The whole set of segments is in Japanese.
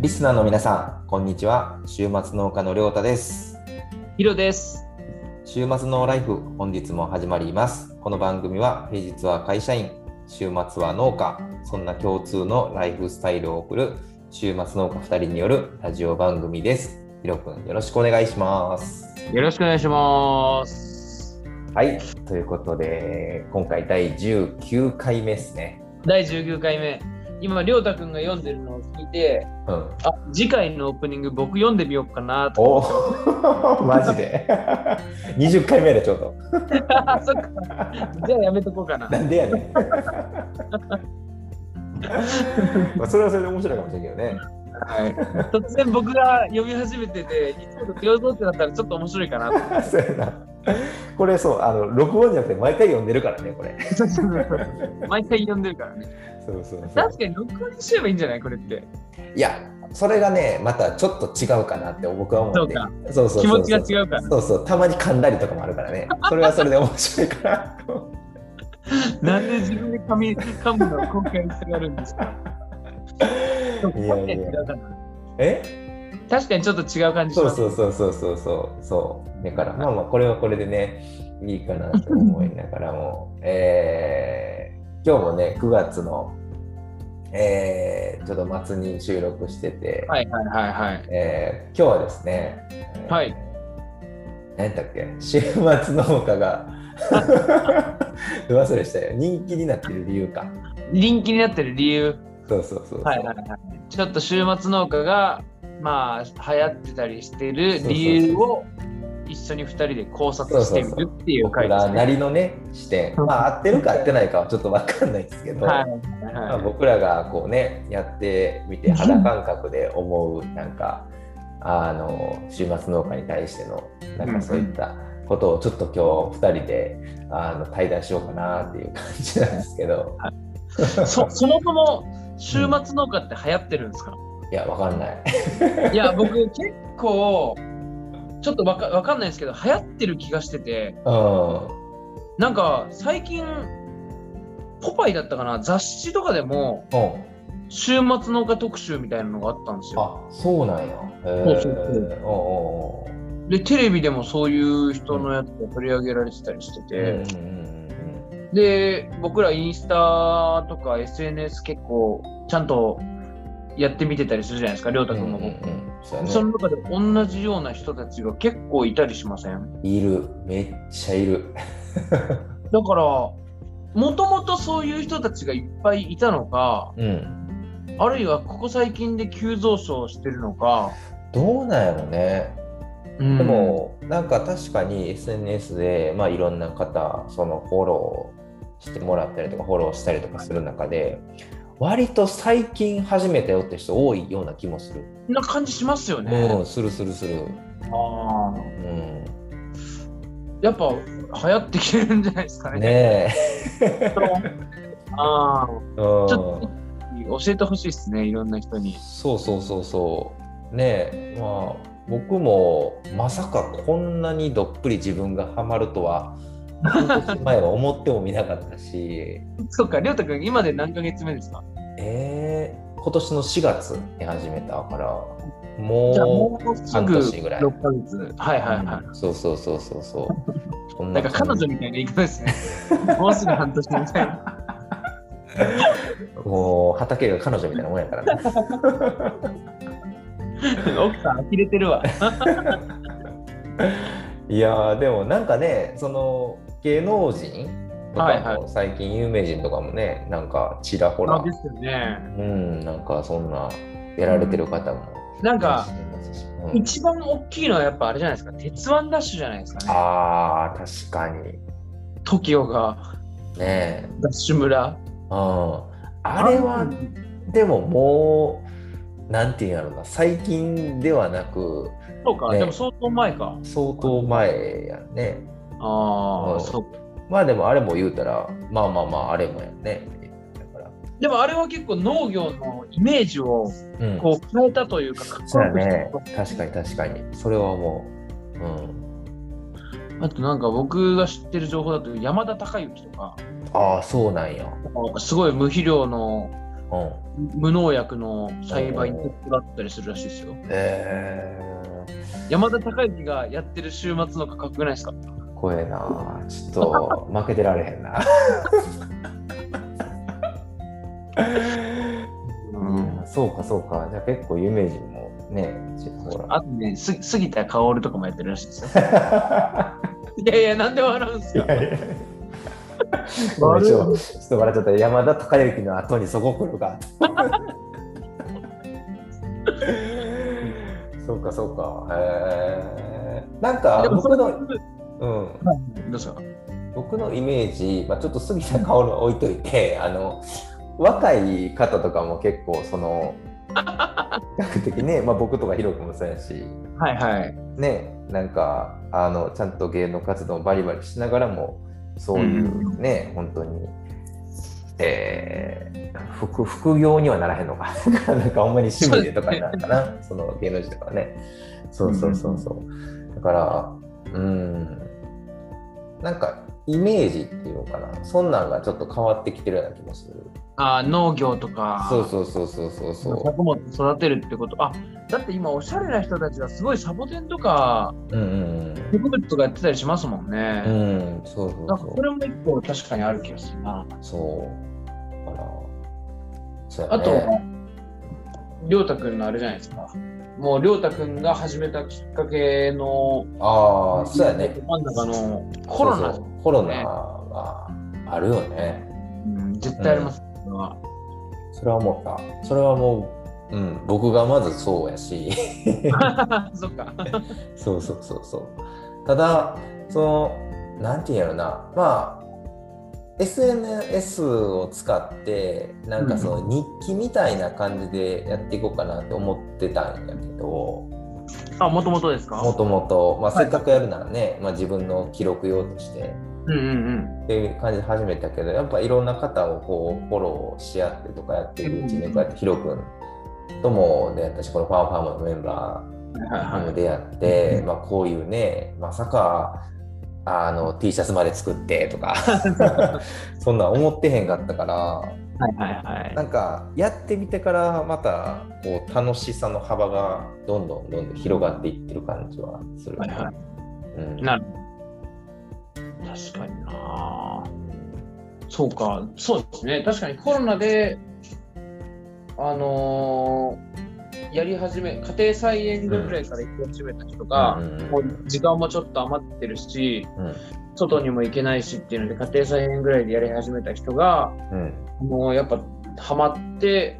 リスナーの皆さん、こんにちは。週末農家のりょうたです。ヒロです。週末のライフ、本日も始まります。この番組は、平日は会社員、週末は農家、そんな共通のライフスタイルを送る、週末農家2人によるラジオ番組です。ひろくん、よろしくお願いします。よろしくお願いします。はい、ということで、今回第19回目ですね。第19回目。今、りょうたくんが読んでるのを聞いて、 うん。あ、次回のオープニング僕読んでみようかなと。おお、マジ で。20回目でちょうど。あ、 そっか。じゃあやめとこうかな。なんでやねん。 まあそれはそれで面白いかもしれんけどね。 突然僕が読み始めてて、いつもと共同ってなったらちょっと面白いかな と。そうやな。これそう、あの録音じゃなくて毎回読んでるからね、これ。毎回読んでるからね。そうそうそう。確かに録音にすればいいんじゃないこれって。いや、それがね、またちょっと違うかなって僕は思って。そうそうそうそう気持ちが違うから。そうそう、たまに噛んだりとかもあるからね。それはそれで面白いから。なんで自分で噛み噛むのを公開したがるんですかいやいやえ確かにちょっと違う感じしそまうす。そうそうそうそうそうそうだからまあまあこれはこれでねいいかなと思いながら もえー今日もね9月のえーちょっと末に収録してて、はいはいはいはい。えー今日はですね、えーはい何だっけ週末農家が ど忘れしたよ人気になってる理由か人気になってる理由。そうそうそうそう、はいはいはい。ちょっと週末農家がまあ流行ってたりしてる理由を一緒に二人で考察してみるっていう僕回ですらなね。りのね視点そうまあ合ってるか合ってないかはちょっと分かんないですけど、はいまあ、は僕らがこうねやってみて肌感覚で思うなんかあの週末農家に対してのなんかそういったことをちょっと今日2人であの対談しようかなっていう感じなんですけどい。そ そもそも週末農家って流行ってるんですか。いやわかんないいや僕結構ちょっとわかわかんないですけど流行ってる気がしててうんなんか最近ポパイだったかな雑誌とかでもうん週末農家特集みたいなのがあったんですよ。あそうなんやへえそうそうおうおうおうでテレビでもそういう人のやつが取り上げられてたりしてて、うんうんうんうんで僕らインスタとか SNS 結構ちゃんとやってみてたりするじゃないですか亮太君もうんうん僕、うんそうやねその中で同じような人たちが結構いたりしませんいるめっちゃいるだからもともとそういう人たちがいっぱいいたのかうんあるいはここ最近で急上昇してるのか、どうなんやろねうんでも、なんか確かに SNS で、まあ、いろんな方そのフォローしてもらったりとかフォローしたりとかする中で割と最近始めたよって人多いような気もする。な感じしますよね、うん、するするする。あーうん、やっぱ流行ってきてるんじゃないですかねねえ。 ああうんちょっと教えてほしいですね、いろんな人に。そうそうそうそう。ねえ、まあ僕もまさかこんなにどっぷり自分がハマるとは半年前は思ってもみなかったし。そっか、りょうたくん、今で何ヶ月目ですかえー、今年の4月に始めたからじゃあももうす半ぐ年ぐらい、6ヶ月。はいうはいはうんそうそうそうそう そうそい。んなんか彼感じ女みたいな言い方で すね。もうすぐ半年みたいな。もう畑が彼女みたいなもんやから ね奥さん、呆れてるわ。いやーでもなんかねその芸能人とかも、はいは最近有名人とかもねなんかちらほあらですよね。うんなんかそんなやられてる方もなんいらっかし、ゃいますし、うん一番大きいのはやっぱあれじゃないですか、鉄腕ダッシュじゃないですかね。あー確かに TOKIO がねえダッシュ村。うんあれはでももうなんていうんやろな最近ではなくそうか、ねでも相当前か。相当前やんねあうんあ、そうか。まあでもあれも言うたらまあまあまああれもやんねだからでもあれは結構農業のイメージをうんこう変えたというか、かっそこうよやくしたね確かに確かにそれはもううんあとなんか僕が知ってる情報だと山田孝之とかああそうなんやすごい無肥料のうん無農薬の栽培に手伝ったりするらしいですよ。え山田孝之がやってる週末の価格ないですかー、怖えなちょっと負けてられへんなうん、 そうかそうかじゃあ結構有名人もねちほらあとね、す杉田薫とかもやってるらしい ですよ。いやいや、なんで笑うんですいかやいやごめんちょちょっと笑っちゃった山田孝之の後にそこ来るかそうかそうかへえなんかでもそ僕れの、うん、どうですか僕のイメージ、まあ、ちょっと杉田薫は置いといてあの若い方とかも結構その比較的ね、まあ、僕とかヒロ君もそうやしはいはい。ねなんかあのちゃんと芸能活動をバリバリしながらもそういうね、本当に、えー副副業にはならへんのか なんかほんまに趣味でとかになるかなその芸能人とかはねそうそうそうそうだからうんなんかイメージっていうのかなそんなんがちょっと変わってきてるような気もするあー農業とか。そうそうそうそうそうそ作物育てるってことあだって今おしゃれな人たちがすごいサボテンとかううんうん植物とかやってたりしますもんね、うんうんそうそうなんそかうそれも一個確かにある気がするなそう。あら。そうやあねとはりょうたくんのあれじゃないですかもうりょうたくんが始めたきっかけのああ、そうやね。真ん中のコロナそうそうコロナがあるよね。うん絶対あります、これはそれは思った。それはもう、うん、僕がまずそうやし。 そっかそうそうそうそう。ただ、その、なんていうんやろな。まあ、SNS を使って、なんかその日記みたいな感じでやっていこうかなって思ってたんやけど、あもともとですかもともと、まあ、はいせっかくやるならね、まあ、自分の記録用としてうんうんっていう感じで始めたけどやっぱいろんな方をこうフォローし合ってとかやってるうちにこうやってヒロ君とも出会ったしこのファンファームのメンバうんはいーはいにはもい出会って、うんまあ、こういうねまさかあの T シャツまで作ってとか そんなん思ってへんかったからはいはいなんかやってみてからまたこう楽しさの幅がどんどんどんどん広がっていってる感じはする。はいはいうんなる確かになそうかそうですね確かにコロナであのーやり始め家庭菜園ぐらいから行き始めた人が、うんもう時間もちょっと余ってるしうん外にも行けないしっていうので家庭菜園ぐらいでやり始めた人がうんもうやっぱハマって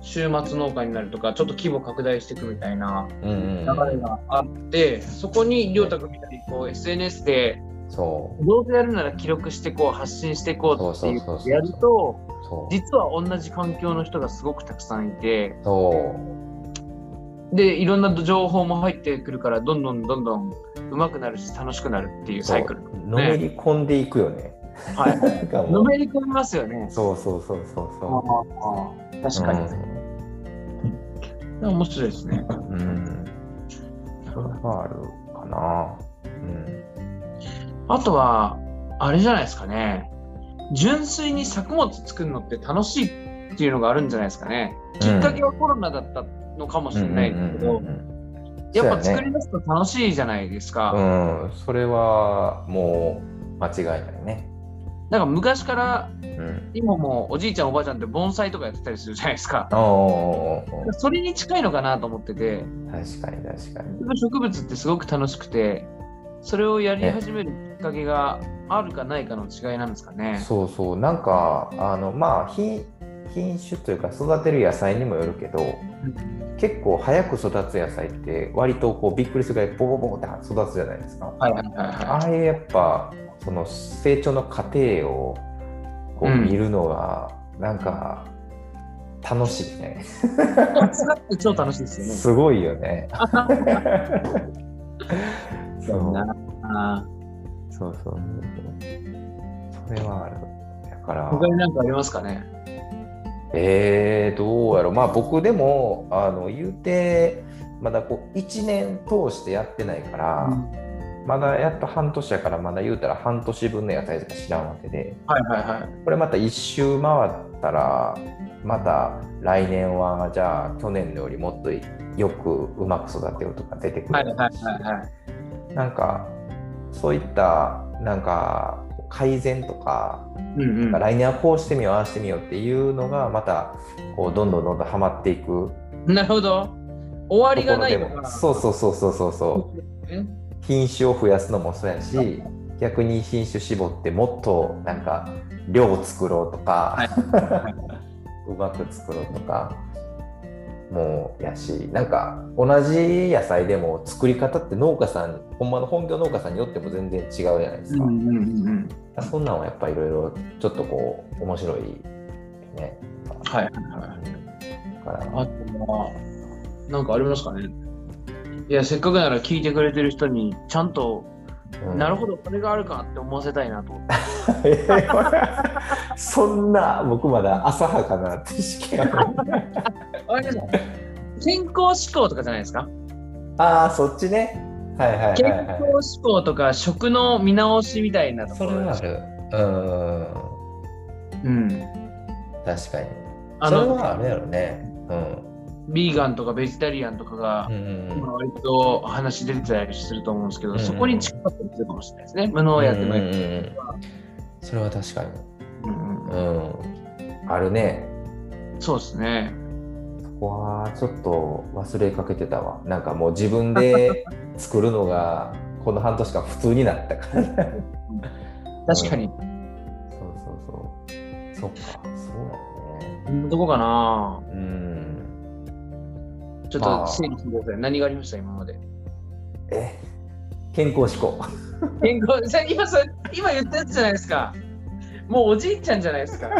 週末農家になるとかちょっと規模拡大していくみたいなうんうん流れがあって、そこに亮太君みたいにこう SNS でそうどうせやるなら記録してこう発信してこうっていそうそうそううそうやるとそう実は同じ環境の人がすごくたくさんいてそうでいろんな情報も入ってくるからどんどんどんどん上手くなるし楽しくなるっていうサイクル、そうのめり込んでいくよね。はい、なんかものうめり込みますよねそうそうそうそうあそーう。確かに、面白いですねうん。うん。それはあるかな。うん。あとはあれじゃないですかね純粋に作物作るのって楽しいっていうのがあるんじゃないですかねきっかけはコロナだったのかもしれないけど、うんうんやっそぱうやね作り出すと楽しいじゃないですか。うんうん。それはもう間違いないね。なんか昔からうん。今もおじいちゃんおばあちゃんって盆栽とかやってたりするじゃないですか。おーおーおーおーそれに近いのかなと思ってて、確かに確かに。植物ってすごく楽しくて、それをやり始めるきっかけがあるかないかの違いなんですかね。そうそう。なんかあのまあ品品種というか育てる野菜にもよるけど。結構早く育つ野菜って割とこうびっくりするぐらいボコボコって育つじゃないですか。はいはいはいはああいうやっぱその成長の過程をこううん見るのがなんか楽しいね、い。使って超楽しいですよね。すごいよねそそううだなそうそうそれはあるだから他に何かありますかね。えー、どうやろうまあ僕でもあの言うてまだこう1年通してやってないから、まだやっと半年やからまだ言うたら半年分の野菜しか知らんわけではいはいはい。これまた一周回ったらまた来年はじゃあ去年のよりもっとよくうまく育てようとか出てくる、はいはいはいはい。なんかそういったなんか改善とかうんうん。来年はこうしてみようああしてみようっていうのがまたこうどんどんどんどんはまっていくなるほど。終わとりこがろなでいのかもら。そうそうそうそうそうそうえ品種を増やすのもそうやし逆に品種絞ってもっとなんか量を作ろうとか、はい うまく作ろうとかもうやしなんか同じ野菜でも作り方って農家さんほんまの本業農家さんによっても全然違うじゃないですうんか、うんうんうん。そんなんはやっぱいろいろちょっとこう面白いねはいはいはい。だからあとは、なんかありますかねいや、せっかくなら聞いてくれてる人に、ちゃんと、うんなるほど、これがあるかって思わせたいなと思って。えーこれ そんな僕まだ浅はかな知識やねわかりました健康志向とかじゃないですか、ああそっちねはいはいはい、はい、健康志向とか食の見直しみたいなとこそれろはあるううんん、確かにあそれのはあるやろねうんビーガンとかベジタリアンとかが、うんうん今割と話出てたりすると思うんですけど、うんそこに近かったりするかもしれないですね無農薬の、うんうんうんそれは確かにうんううんあるねんそうですねそこはちょっと忘れかけてたわなんかもう自分 で作るのがこの半年間普通になったから確かに、そうそうそうそっかそうだよねどこかなうんちょっまあと整理してください。何がありました今まで。え健康志向 健康さ今それ今言ったやつじゃないですか。もうおじいちゃんじゃないですか。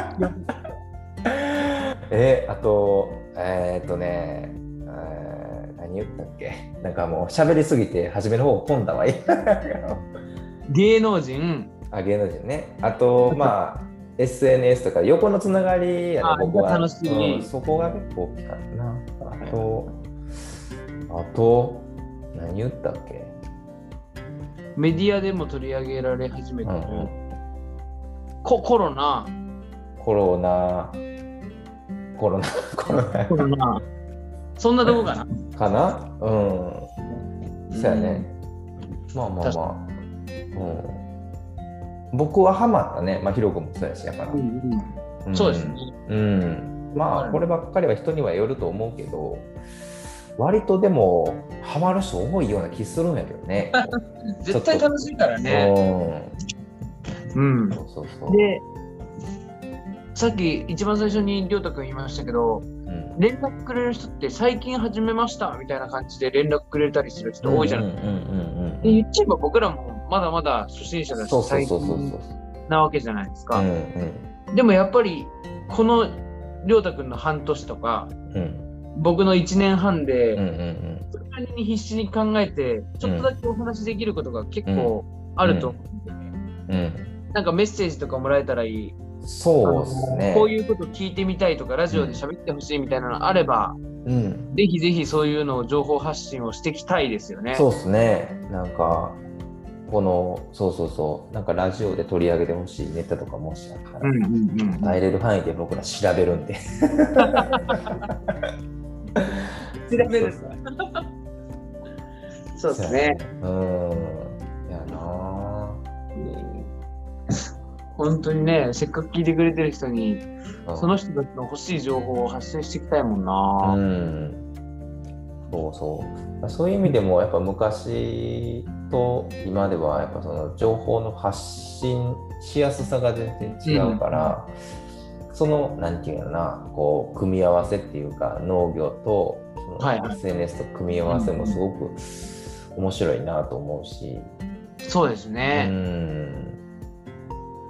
えあとえーっとねえー何言ったっけなんかもう喋りすぎて初めの方混んだわ芸能人。 あ芸能人ねあとまあ SNS とか横のつながりやねあ僕は楽しみうんそこが結構大きかったなあとあと何言ったっけメディアでも取り上げられ始めてる、うんうココロナ。コロナコロナコロナコロナ。そんなとこかな。かなうんそうやね。まあまあ確まあ。うん、僕はハマったね。まあ、ヒロ君もそうやし、やから。うんうんんそうですね。。うん。まうあ、んこればっかりは人にはよると思うけど、割とでも、ハマる人多いような気するんやけどね。絶対楽しいから ね。うん。うん。そうそうそう。で、さっき一番最初にりょうたくん言いましたけど、うん連絡くれる人って最近始めましたみたいな感じで連絡くれたりする人多いじゃない、うんうんうんでうん言っちゃえば僕らもまだまだ初心者だしそうそうそうそうそう。最近なわけじゃないですうか、んうんでもやっぱりこの亮太君の半年とかうん僕の1年う半んうでんうんそれなりに必死に考えてちょっとだけお話しできることが結構あると思うんで、うんなんかメッセージとかもらえたらいいそうですあね。のこういうこと聞いてみたいとかラジオで喋ってほしいみたいなのあれば、うん、ぜひぜひそういうのを情報発信をしていきたいですよね。そうですね。なんか、この、そうそうそう、なんかラジオで取り上げてほしいネタとかもしあったら、うんうんうん耐えれる範囲で僕ら調べるんで。調べるんだそうですね。うん。やな本当にね、せっかく聞いてくれてる人に、ぁ。その人たちの欲しい情報を発信していきたいもんうな。ん。そうそう。そういう意味でも、やっぱ昔と今では、やっぱその情報の発信しやすさが全然違うから、その、なんていうのかな、こう、組み合わせっていうか、農業と、そはいはのい SNS と組み合わせもすごく面白いなと思うし、そうですうね。ん。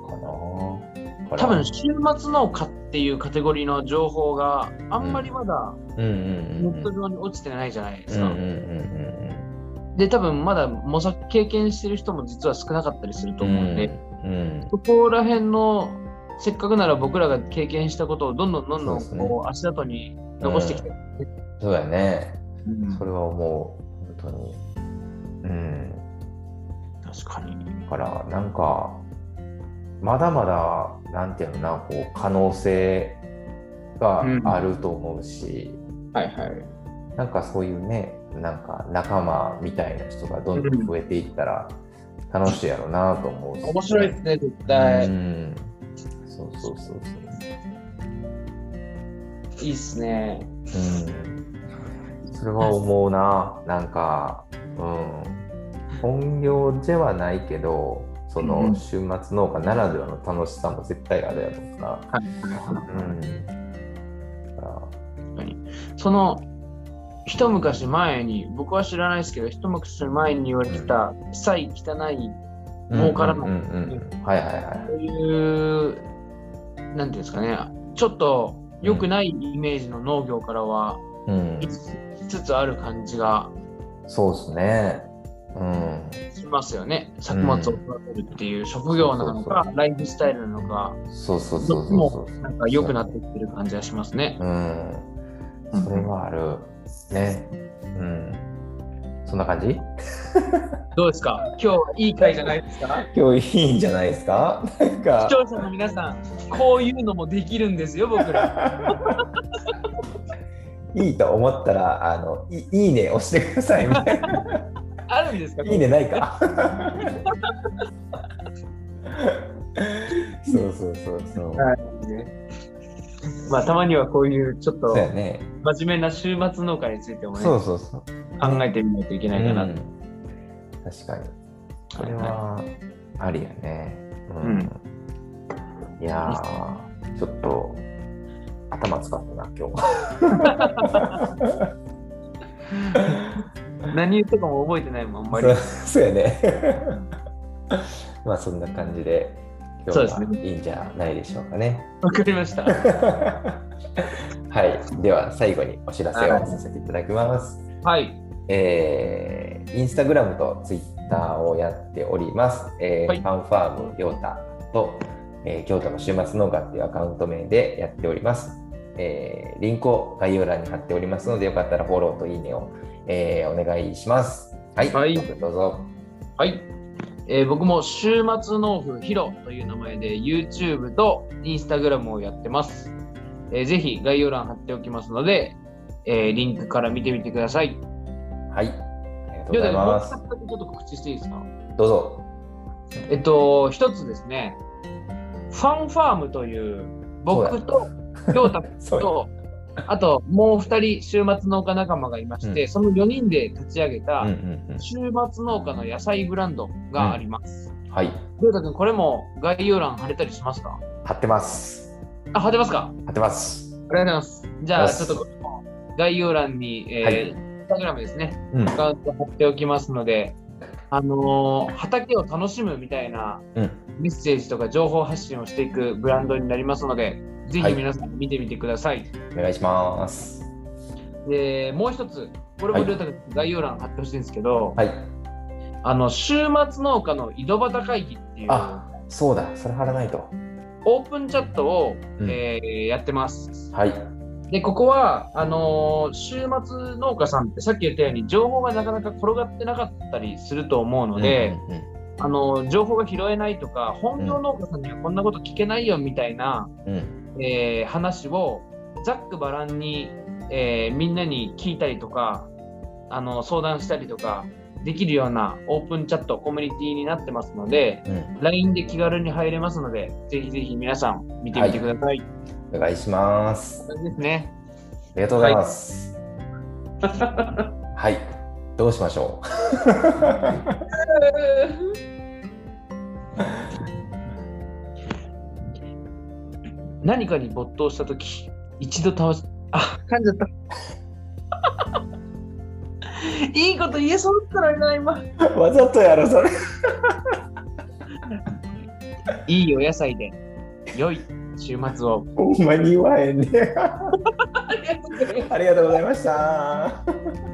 かなだから多分、週末農家っていうカテゴリーの情報があんまりまだうんうんネうんット上に落ちてないじゃないでうすんうんか。うんうんうん。で、多分まだ模索経験してる人も実は少なかったりすると思うんで、うんそこら辺のせっかくなら僕らが経験したことをどんどんどんどんそうですねこう足跡に残してきて、そうやね。うんそれは思う、本当に。うん。確かに。だからなんかまだまだなんていうのなこう可能性があると思うし、はいはい。なんかそういうねなんか仲間みたいな人がどんどん増えていったら楽しいやろうなと思うし、面白いですね、絶う対。んそうそうそういいっすね。そう、うん、それは思うななんかうん本業ではないけどそうんうのん週末農家ならではの楽しさも絶対あるやろうなうんだからその一昔前に僕は知らないですけど一昔前に言われてた臭い汚い儲からないうんうんうんはいはいはいというなんていうんですかねちょっと良くないイメージの農業からはうんい、つつつある感じがそうですね。うん、しますよね作物を育てるっていう職業なのかライフスタイルなのかそうそうそうそうそう。なんか良くなってきてる感じがしますね。うん、それはある。ね。うん。そんな感じどうですか今日はいい回じゃないですか今日いいんじゃないですかなんか視、聴者の皆さんこういうのもできるんですよ僕ら。いいと思ったら、あの、いいいね押してくだ さいみたいな。あるんですかいいねない か。そうそうそうそう。はいまあたまにはこういうちょっとそうやね。真面目な週末農家についてもねそうそうそう。考えてみないといけないかなうとん、確かにこれはありやねうん、いやーちょっと頭使ったな今日何言ったかも覚えてないもんあんまりそうそうやね まあそんな感じで今日そうですはねいいんじゃないでしょうかねわかりましたは はいでは最後にお知らせをさせていただきますいえー、インスタグラムとツイッターをやっております。えーはいファンファームヨータと、えー京都の週末農家っていうアカウント名でやっております。えーリンクを概要欄に貼っておりますので、よかったらフォローといいねを、えーお願いします。はい、はいどうぞ。はい、えー僕も週末農夫ヒロという名前で YouTube と Instagram をやってます、えーぜひ概要欄貼っておきますので、えーリンクから見てみてくださいはい、ありがとうございますで。はちょっと告知していいですかどうぞ。えっと、一つですね、ファンファームという、僕と、りょうたくんそと、あともう2人、週末農家仲間がいまして、うんその4人で立ち上げうたん、うん週末農家の野菜ブランドがあります。うん。はい、りょうたくん、これも概要欄貼れたりしますか貼ってます。あ、貼ってますか貼ってます。ありがとうございます。じゃよあ、しちょっとこれも概要欄に、えーはいインスタグラムですね、うんア、カウント貼っておきますので、あのー畑を楽しむみたいなうん、メッセージとか情報発信をしていくブランドになりますので、ぜひ皆さん見てみてください。お願いします。で、もう一つ、これはもいりょうたくん概要欄貼ってほしいんですけど、はい、あの、週末農家の井戸端会議っていうあそうだ、それ貼らないと。オープンチャットを、うんえーやってます。はい、で、ここは、あのー週末農家さんってさっき言ったように情報がなかなか転がってなかったりすると思うので、うんうんうんあのー情報が拾えないとか、本業農家さんにはこんなこと聞けないよみたいな、うん、えー話をざっくばらんに、えーみんなに聞いたりとかあの相談したりとかできるようなオープンチャットコミュニティになってますのでうん、 LINE で気軽に入れますのでぜひぜひ皆さん見てみてください。お願いします。ですね。ありがとうございます。はい、どうしましょ何かに没頭した時一度倒すあ噛んじゃった いいこと言えそうだったらな今う。 わざとやろそれ。いいお野菜で良い週末をほんまに言わへんね。ありがとうございますありがとうございました。